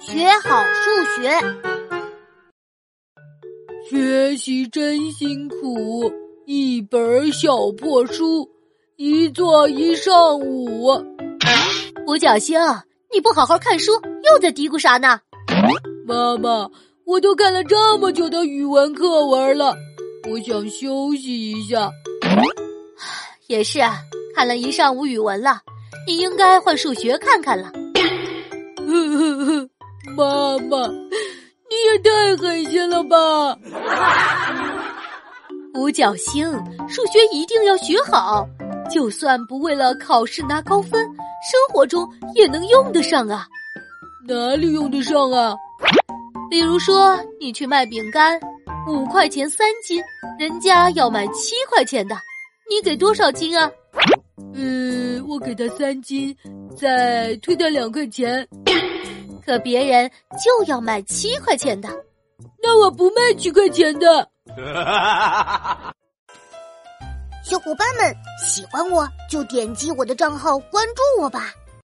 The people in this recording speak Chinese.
学好数学，学习真辛苦，一本小破书，一坐一上午。哎五角星，你不好好看书，又在嘀咕啥呢？妈妈，我都看了这么久的语文课文了，我想休息一下。也是啊，看了一上午语文了，你应该换数学看看 了。妈妈，你也太狠心了吧！ 五角星，数学一定要学好，就算不为了考试拿高分，生活中也能用得上啊。哪里用得上啊？比如说，你去卖饼干，五块钱三斤，人家要买七块钱的，你给多少斤啊？嗯，我给他三斤，再退他两块钱。可别人就要卖七块钱的，那我不卖七块钱的。小伙伴们喜欢我就点击我的账号关注我吧。